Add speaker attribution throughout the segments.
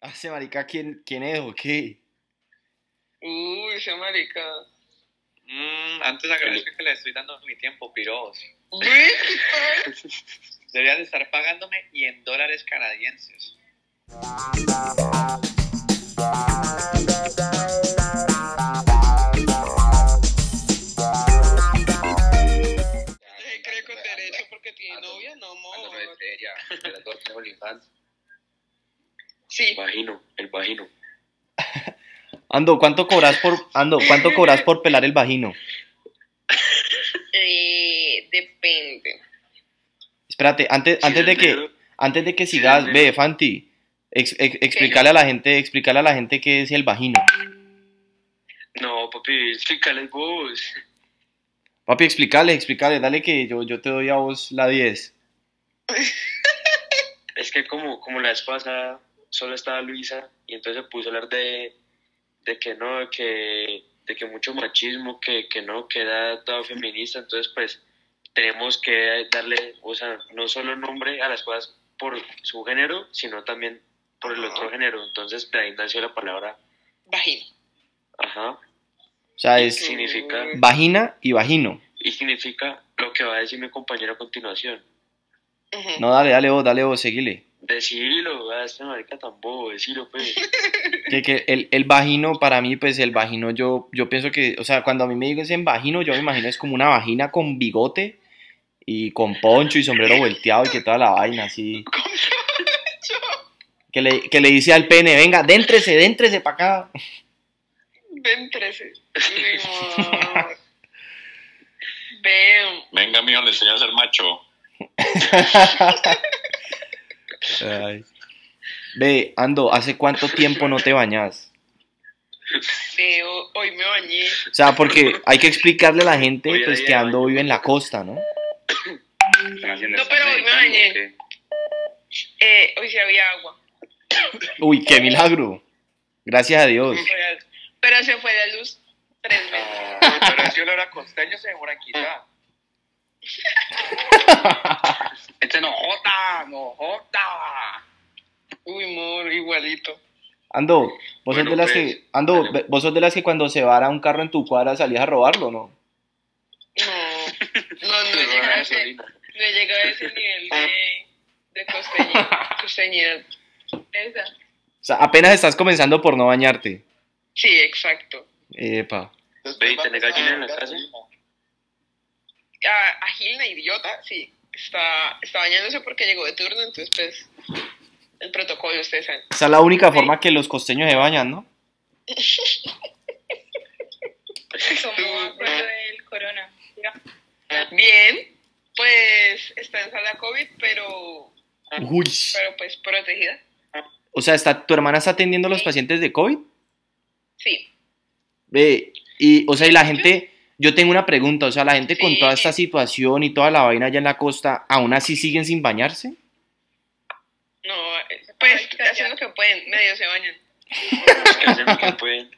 Speaker 1: Ah, ese marica, ¿quién, quién es o qué?
Speaker 2: Uy, ese marica.
Speaker 3: Mm, antes agradezco que le estoy dando mi tiempo, piros.
Speaker 2: Güey,
Speaker 3: Deberían de estar pagándome y en dólares canadienses.
Speaker 2: se cree con derecho porque tiene novia, no,
Speaker 4: Cuando
Speaker 2: amor.
Speaker 4: no es ella, de las dos tiene OnlyFans.
Speaker 2: Sí,
Speaker 4: Vagino, el vagino.
Speaker 1: Ando, ¿cuánto cobras por, ando, ¿cuánto cobras por pelar el vagino?
Speaker 2: eh, depende.
Speaker 1: Espérate, antes, antes de que,
Speaker 4: Negro,
Speaker 1: antes de que sigas, ve, Fanti, ex- ex- explícale a la gente, explícale a la gente qué es el vagino.
Speaker 4: No, papi, explícales vos.
Speaker 1: Papi, explícale, explícale, dale que yo, yo te doy a vos la 10.
Speaker 4: Es que como, como la vez pasada solo estaba Luisa y entonces se puso a hablar de, de que no, de que, de que mucho machismo, que, que no, que era todo feminista, entonces pues tenemos que darle, o sea, no solo nombre a las cosas por su género, sino también por el otro género, entonces de ahí nació la palabra,
Speaker 2: Vagina.
Speaker 4: ajá,
Speaker 1: O sea, es
Speaker 4: significa,
Speaker 1: vagina y vagino.
Speaker 4: y significa lo que va a decir mi compañero a continuación.
Speaker 2: Ujú.
Speaker 1: No, dale, dale vos, dale vos, seguile.
Speaker 4: Decilo, a este marica tan bobo, decilo, pues.
Speaker 1: Que, que el, el vagino, para mí, pues el vagino, yo, yo pienso que, o sea, cuando a mí me dicen vagino, yo me imagino es como una vagina con bigote y con poncho y sombrero volteado y que toda la vaina así. Que le, que le dice al pene, venga, déntrese, déntrese para acá.
Speaker 2: Ven 13. Ven.
Speaker 3: Venga, mijo, le enseño a ser macho.
Speaker 1: Ay. Ve, Ando, ¿hace cuánto tiempo no te bañas?
Speaker 2: Ve, ho- hoy me bañé.
Speaker 1: O sea, porque hay que explicarle a la gente
Speaker 4: Oye,
Speaker 1: pues,
Speaker 4: ahí
Speaker 1: que
Speaker 4: hay
Speaker 1: Ando
Speaker 4: baño.
Speaker 1: vive en la costa, ¿no?
Speaker 3: Están haciendo
Speaker 2: No, pero hoy me bañé. Eh, hoy sí había agua.
Speaker 1: Uy, qué milagro. Gracias a Dios.
Speaker 2: Fue- Pero se fue la luz tres veces.
Speaker 3: Pero si olor a costeño se demora quizá. Este no jota, no jota.
Speaker 2: Uy, amor, igualito.
Speaker 1: Ando, vos sos
Speaker 4: Bueno,
Speaker 1: de las
Speaker 4: pues,
Speaker 1: que Ando,
Speaker 4: dale.
Speaker 1: vos sos de las que cuando se vara un carro en tu cuadra salías a robarlo, ¿no?
Speaker 2: No, no, no he
Speaker 4: Pero
Speaker 2: llegado
Speaker 4: era
Speaker 2: a ese,
Speaker 4: gasolina.
Speaker 2: no he llegado a ese nivel de, de costeñidad. costeñidad. Esa.
Speaker 1: O sea, apenas estás comenzando por no bañarte.
Speaker 2: Sí, exacto.
Speaker 1: Epa.
Speaker 4: Ve, ¿y tenés gallina en la casa?
Speaker 2: A, a Gilna, Ah, idiota, sí. Está, está bañándose porque llegó de turno, entonces, pues, el protocolo, ustedes saben.
Speaker 1: Esa es la única forma que los costeños se bañan, ¿no?
Speaker 5: Como acuerdo del corona. Mira,
Speaker 2: ah. Bien, pues, está en sala COVID, pero,
Speaker 1: Uy.
Speaker 2: pero pues, protegida.
Speaker 1: O sea, está, tu hermana está atendiendo a los
Speaker 2: Sí.
Speaker 1: pacientes de COVID.
Speaker 2: Sí.
Speaker 1: Ve, y, o sea, y la gente, yo tengo una pregunta, o sea, la gente con
Speaker 2: Sí.
Speaker 1: toda esta situación y toda la vaina allá en la costa, ¿aún así siguen sin bañarse?
Speaker 2: No, eh, pues, hacen lo que pueden, medio se bañan.
Speaker 4: que hacen lo que pueden.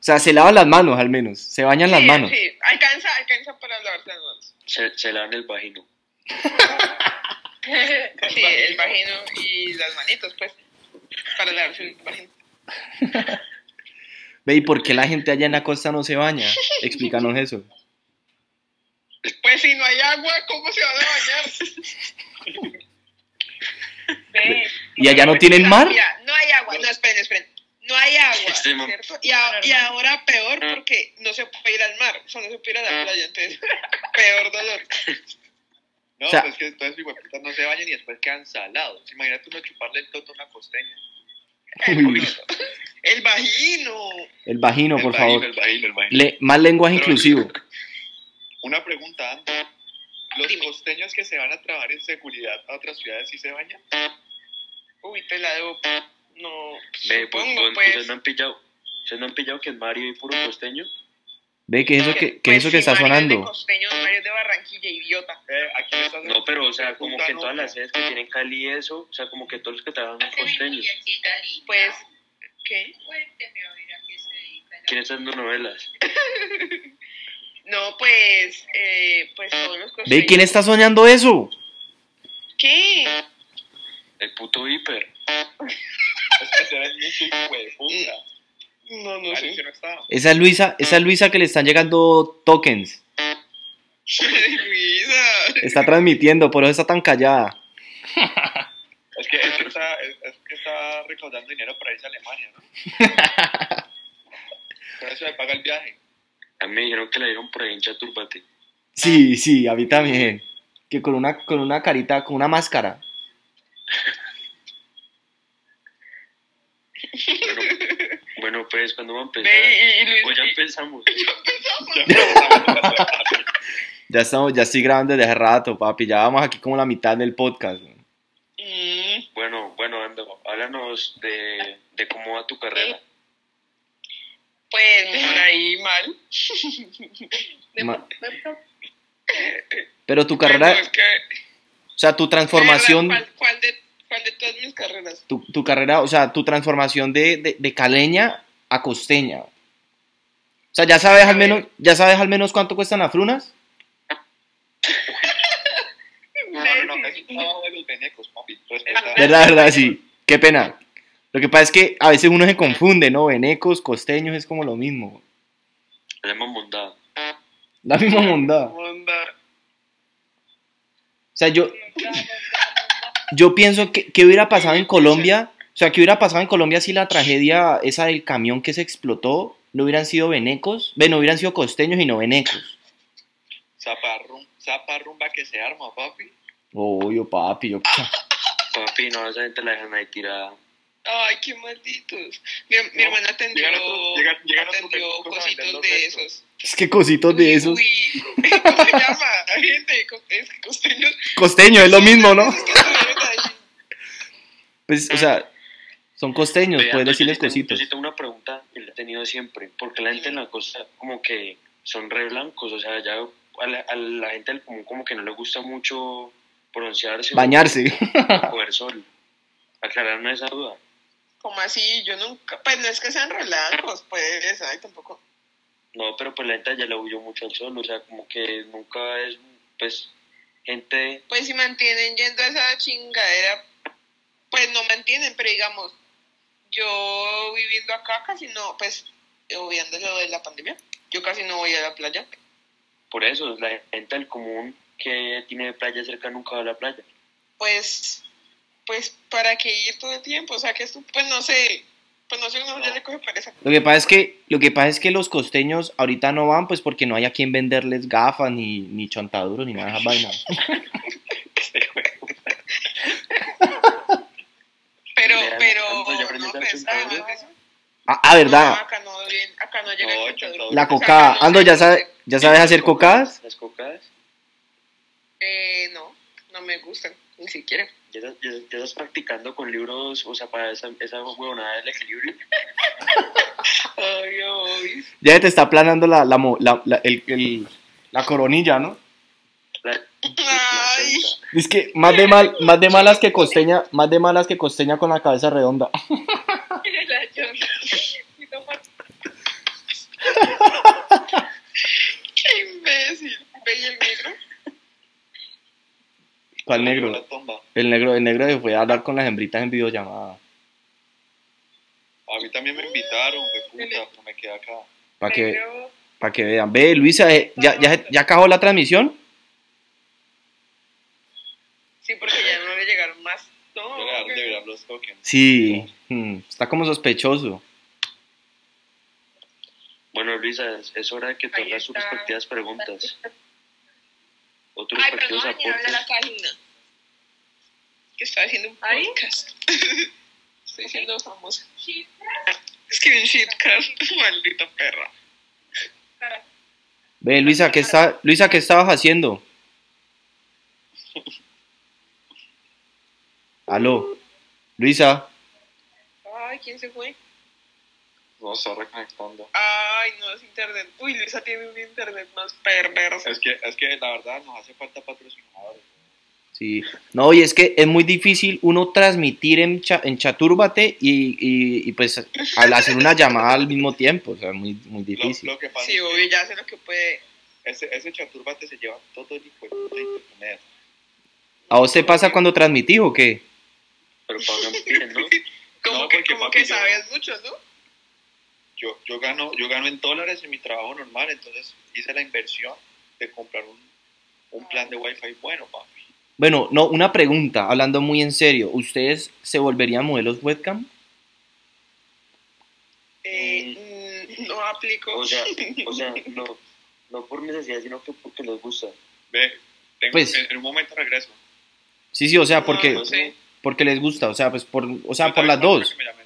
Speaker 1: O sea, se lavan las manos al menos, se bañan las
Speaker 2: Sí,
Speaker 1: manos.
Speaker 2: Sí, alcanza, alcanza para lavarse las manos.
Speaker 4: Se, se lavan el vagino.
Speaker 2: Sí, el vagino y las manitos, pues, para lavarse el vagino.
Speaker 1: Ve, ¿y por qué la gente allá en la costa no se baña? Explícanos eso.
Speaker 2: Pues si no hay agua, ¿cómo se van a bañar?
Speaker 5: ve,
Speaker 1: ¿Y allá no tienen mar?
Speaker 2: Mira, no hay agua, no, esperen, esperen. No hay agua,
Speaker 4: Este man-
Speaker 2: ¿cierto? Y, a- y ahora peor porque no se puede ir al mar, o sea, no se puede ir a la playa, entonces, peor dolor.
Speaker 3: No,
Speaker 1: O sea-
Speaker 3: pues que entonces mis hueputas no se bañan y después quedan salados. Imagínate uno chuparle el toto a una costeña.
Speaker 1: Uy,
Speaker 2: El vagino.
Speaker 1: el vagino,
Speaker 3: El
Speaker 1: por
Speaker 3: vagino,
Speaker 1: favor.
Speaker 3: El vagino, el vagino.
Speaker 1: Le- más lenguaje
Speaker 3: Pero-
Speaker 1: inclusivo.
Speaker 3: Una pregunta, Ando. ¿Los
Speaker 2: Dime.
Speaker 3: costeños que se van a trabajar en seguridad a otras ciudades sí se bañan?
Speaker 2: Uy, te la debo. No,
Speaker 4: Ve, pues,
Speaker 2: supongo,
Speaker 4: vos-
Speaker 2: pues. Ah.
Speaker 4: ¿ustedes no han pillado? ¿Ustedes no han pillado que en Mario hay puro costeño?
Speaker 1: Ve, ¿qué es eso que, qué es eso que
Speaker 2: Pues sí,
Speaker 1: está
Speaker 2: Mario es de
Speaker 1: sonando?
Speaker 2: costeño, Mario es de Barranquilla, idiota.
Speaker 3: Eh, aquí estás
Speaker 4: No, pero, o sea, como que
Speaker 3: Puta, no.
Speaker 4: todas las sedes que tienen Cali y eso, o sea, como que todos los que trabajan son
Speaker 5: hace
Speaker 4: costeños.
Speaker 5: mi muñequita linda.
Speaker 2: Pues, ¿qué?
Speaker 5: Pues, te veo, mira, que se dedica a la-
Speaker 4: ¿Quién está haciendo novelas?
Speaker 2: No, pues, eh, pues todos los costeños.
Speaker 1: Ve, ¿quién está soñando eso?
Speaker 2: ¿Qué?
Speaker 4: El puto hiper.
Speaker 3: Es que se ve es muy hueputa.
Speaker 2: No, no
Speaker 3: Alex,
Speaker 2: sé.
Speaker 3: yo no estaba.
Speaker 1: Esa es Luisa, esa es Luisa que le están llegando tokens.
Speaker 2: Luisa.
Speaker 1: Está transmitiendo, por eso está tan callada.
Speaker 3: Es que, es que está, es, es que está recaudando dinero para irse a Alemania, ¿no? Por eso le paga el viaje.
Speaker 4: A mí me dijeron que la dieron por ahí en Chaturbate.
Speaker 1: Sí, sí, a mí también. Que con una, con una carita, con una máscara.
Speaker 4: Bueno, bueno, pues, cuando va a empezar?
Speaker 2: Ve, y, y Luis.
Speaker 4: Pues ya
Speaker 2: y-
Speaker 4: empezamos.
Speaker 1: Ya estamos, ya estoy grabando desde hace rato, papi. Ya vamos aquí como la mitad del podcast. güey.
Speaker 2: Mm,
Speaker 4: Bueno, bueno, Ando, háblanos de, de cómo va tu
Speaker 2: Eh.
Speaker 4: carrera.
Speaker 2: pues por ahí mal.
Speaker 1: Ma- Pero tu carrera,
Speaker 2: Pero es que-
Speaker 1: o sea, tu transformación,
Speaker 2: De verdad, ¿Cuál, cuál de, cuál de todas mis carreras?
Speaker 1: tu, tu carrera, o sea, tu transformación de, de, de caleña a costeña. O sea, ya sabes al menos, ya sabes al menos cuánto cuestan las frunas.
Speaker 3: No, no, no, es un trabajo de los venecos, papi. Entonces,
Speaker 2: Ah,
Speaker 3: está-
Speaker 1: Verdad, verdad, sí. Qué pena. Lo que pasa es que a veces uno se confunde, ¿no? Venecos, costeños, es como lo mismo.
Speaker 4: La hemos montado.
Speaker 1: La misma mondada. O
Speaker 2: Onda.
Speaker 1: sea, yo, yo pienso que, que hubiera pasado en Colombia, o sea, que hubiera pasado en Colombia si la tragedia esa del camión que se explotó no hubieran sido venecos, ve, no hubieran sido costeños y no venecos.
Speaker 3: Zaparrum, zaparrumba que se arma, papi.
Speaker 1: Oh, yo papi, yo...
Speaker 4: Papi, no, esa gente la dejan ahí tirada.
Speaker 2: Ay, qué malditos. Mi, mi
Speaker 3: No,
Speaker 2: hermana atendió,
Speaker 3: llegan a tu- llegan- llegan a tu
Speaker 2: atendió
Speaker 3: Facebook a vender
Speaker 2: cositos
Speaker 3: los
Speaker 2: de
Speaker 3: restos.
Speaker 2: esos.
Speaker 1: Es que cositos de esos.
Speaker 2: Uy, ¿cómo se llama? Hay gente de co- es que costeños.
Speaker 1: Costeño, es lo mismo, ¿no?
Speaker 2: que estuvieron ahí.
Speaker 1: Pues, o sea, son costeños,
Speaker 4: Vea,
Speaker 1: puedes
Speaker 4: yo sí
Speaker 1: decirles
Speaker 4: tengo-
Speaker 1: cositos.
Speaker 4: Yo sí tengo una pregunta que la he tenido siempre, porque la gente en la costa como que son re blancos, o sea, ya a la, a la gente del común como que no le gusta mucho pronunciarse
Speaker 1: Bañarse.
Speaker 4: o coger sol. Aclararme esa duda.
Speaker 2: ¿Cómo así? Yo nunca. Pues no es que sean relancos, pues. Ay, tampoco.
Speaker 4: No, pero pues la gente ya le huyó mucho al sol, o sea, como que nunca es, pues, gente...
Speaker 2: Pues si mantienen yendo a esa chingadera, pues no mantienen, pero digamos, yo viviendo acá casi no, pues, obviando lo de la pandemia, yo casi no voy a la playa.
Speaker 4: Por eso, la gente del común que tiene playa cerca nunca va a la playa.
Speaker 2: pues, pues, ¿para qué ir todo el tiempo? O sea, que esto, pues, no sé, pues, no sé, uno ya le coge pereza.
Speaker 1: Lo que pasa es que, lo que pasa es que los costeños ahorita no van pues porque no hay a quien venderles gafas, ni, ni chontaduros, ni nada de esas vainas.
Speaker 2: Pero,
Speaker 4: Vean,
Speaker 2: pero,
Speaker 4: tanto yo aprendí
Speaker 2: no,
Speaker 4: a hacer
Speaker 2: pues,
Speaker 4: chuntaduros.
Speaker 2: además,
Speaker 1: Ah, ah,
Speaker 2: no,
Speaker 1: verdad.
Speaker 2: acá no, bien, acá no llega
Speaker 3: No,
Speaker 2: el chuntaduro.
Speaker 3: chuntaduro.
Speaker 1: La cocada. Ando, ¿ya, sabe- ya sabes hacer cocadas?
Speaker 4: Las cocadas,
Speaker 2: Eh, no, no me gustan, ni siquiera.
Speaker 4: ya, estás- ya- ya estás practicando con libros, o sea, para esa, esa huevonada del equilibrio.
Speaker 2: Ay, ay.
Speaker 1: Ya te está aplanando la, la, mo- la, la- el- el- la coronilla, ¿no?
Speaker 4: La-
Speaker 2: Ay.
Speaker 1: Es que más de, mal, más de malas que costeña, más de malas que costeña con la cabeza redonda.
Speaker 5: La chonta. Y toma-
Speaker 2: Qué imbécil. ¿Veis el negro?
Speaker 1: ¿Cuál
Speaker 3: La
Speaker 1: negro?
Speaker 3: tumba.
Speaker 1: El negro, el negro se fue a hablar con las hembritas en videollamada.
Speaker 3: A mí también me invitaron, hueputa, pero me quedé acá.
Speaker 1: Para que,
Speaker 5: Pero-
Speaker 1: para que vean. Ve, Luisa, eh, ¿ya, ya, ya acabó la transmisión?
Speaker 2: Sí, porque ya no le llegaron más. No,
Speaker 3: Yo le dejaron de
Speaker 2: hombre.
Speaker 3: virar los tokens.
Speaker 1: Sí. Hmm, está como sospechoso.
Speaker 4: Bueno, Luisa, es- es hora de que tú
Speaker 5: Ahí
Speaker 4: hagas tus
Speaker 5: está.
Speaker 4: respectivas preguntas o tus
Speaker 2: Ay, pero
Speaker 4: respectivos
Speaker 2: no, ni habla
Speaker 4: aportes.
Speaker 2: la página. Que estaba haciendo un
Speaker 5: ¿Ahí?
Speaker 2: podcast. Estoy siendo famosa. Es que un shitcast, maldita perra.
Speaker 1: Ve, Luisa, ¿qué, está, Luisa, ¿qué estabas haciendo? Aló. Luisa.
Speaker 2: Ay, ¿quién se fue?
Speaker 3: No, está reconectando.
Speaker 2: Ay, no, es internet. Uy, Luisa tiene un internet más perverso.
Speaker 3: Es que, es que la verdad nos hace falta patrocinadores.
Speaker 1: Sí, no, y es que es muy difícil uno transmitir en, cha- en Chatúrbate y, y, y, pues al hacer una llamada al mismo tiempo, o sea, muy, muy
Speaker 3: Lo,
Speaker 1: difícil.
Speaker 3: lo que pasa
Speaker 2: Sí,
Speaker 3: es
Speaker 2: obvio, ya sé lo que puede.
Speaker 3: que ese, ese chaturbate se lleva todo el hijo de puta internet.
Speaker 1: ¿A vos te pasa cuando transmitís o qué?
Speaker 4: Pero pagan bien, ¿no?
Speaker 2: Como
Speaker 3: No,
Speaker 2: que,
Speaker 3: porque,
Speaker 2: como
Speaker 3: papi,
Speaker 2: que
Speaker 3: yo-
Speaker 2: sabes mucho, ¿no?
Speaker 3: Yo, yo, gano, yo gano en dólares en mi trabajo normal, entonces hice la inversión de comprar un, un plan de wifi bueno, papi.
Speaker 1: Bueno, no, una pregunta, hablando muy en serio, ¿ustedes se volverían modelos webcam?
Speaker 2: Eh, mm, no aplico.
Speaker 4: O sea, o sea, no, no por necesidad, sino que porque les gusta.
Speaker 3: Ve, tengo-
Speaker 1: Pues-
Speaker 3: en, en un momento regreso.
Speaker 1: Sí, sí, o sea, porque,
Speaker 2: No, sé.
Speaker 1: porque les gusta, o sea, pues por, o sea,
Speaker 3: Yo
Speaker 1: por
Speaker 3: también
Speaker 1: las
Speaker 3: creo que
Speaker 1: dos.
Speaker 3: me llamé.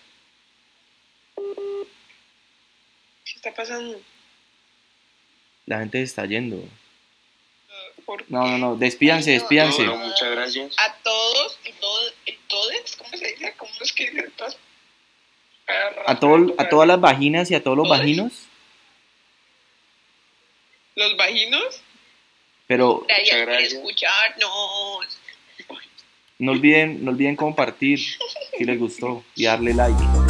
Speaker 2: ¿Qué está pasando?
Speaker 1: La gente se está yendo.
Speaker 2: ¿Por
Speaker 1: No, no, no, despídanse,
Speaker 2: Ay, no,
Speaker 1: despídanse.
Speaker 4: Bueno, muchas gracias.
Speaker 2: a todos y todos y todes, ¿cómo se dice? ¿Cómo es que dice? Todas-
Speaker 1: A, todo, a todas las vaginas y a todos los
Speaker 2: Todas.
Speaker 1: vaginos,
Speaker 2: los vaginos
Speaker 1: pero
Speaker 2: gracias por
Speaker 4: gracias.
Speaker 2: escucharnos
Speaker 1: no olviden, no olviden compartir si les gustó y darle like.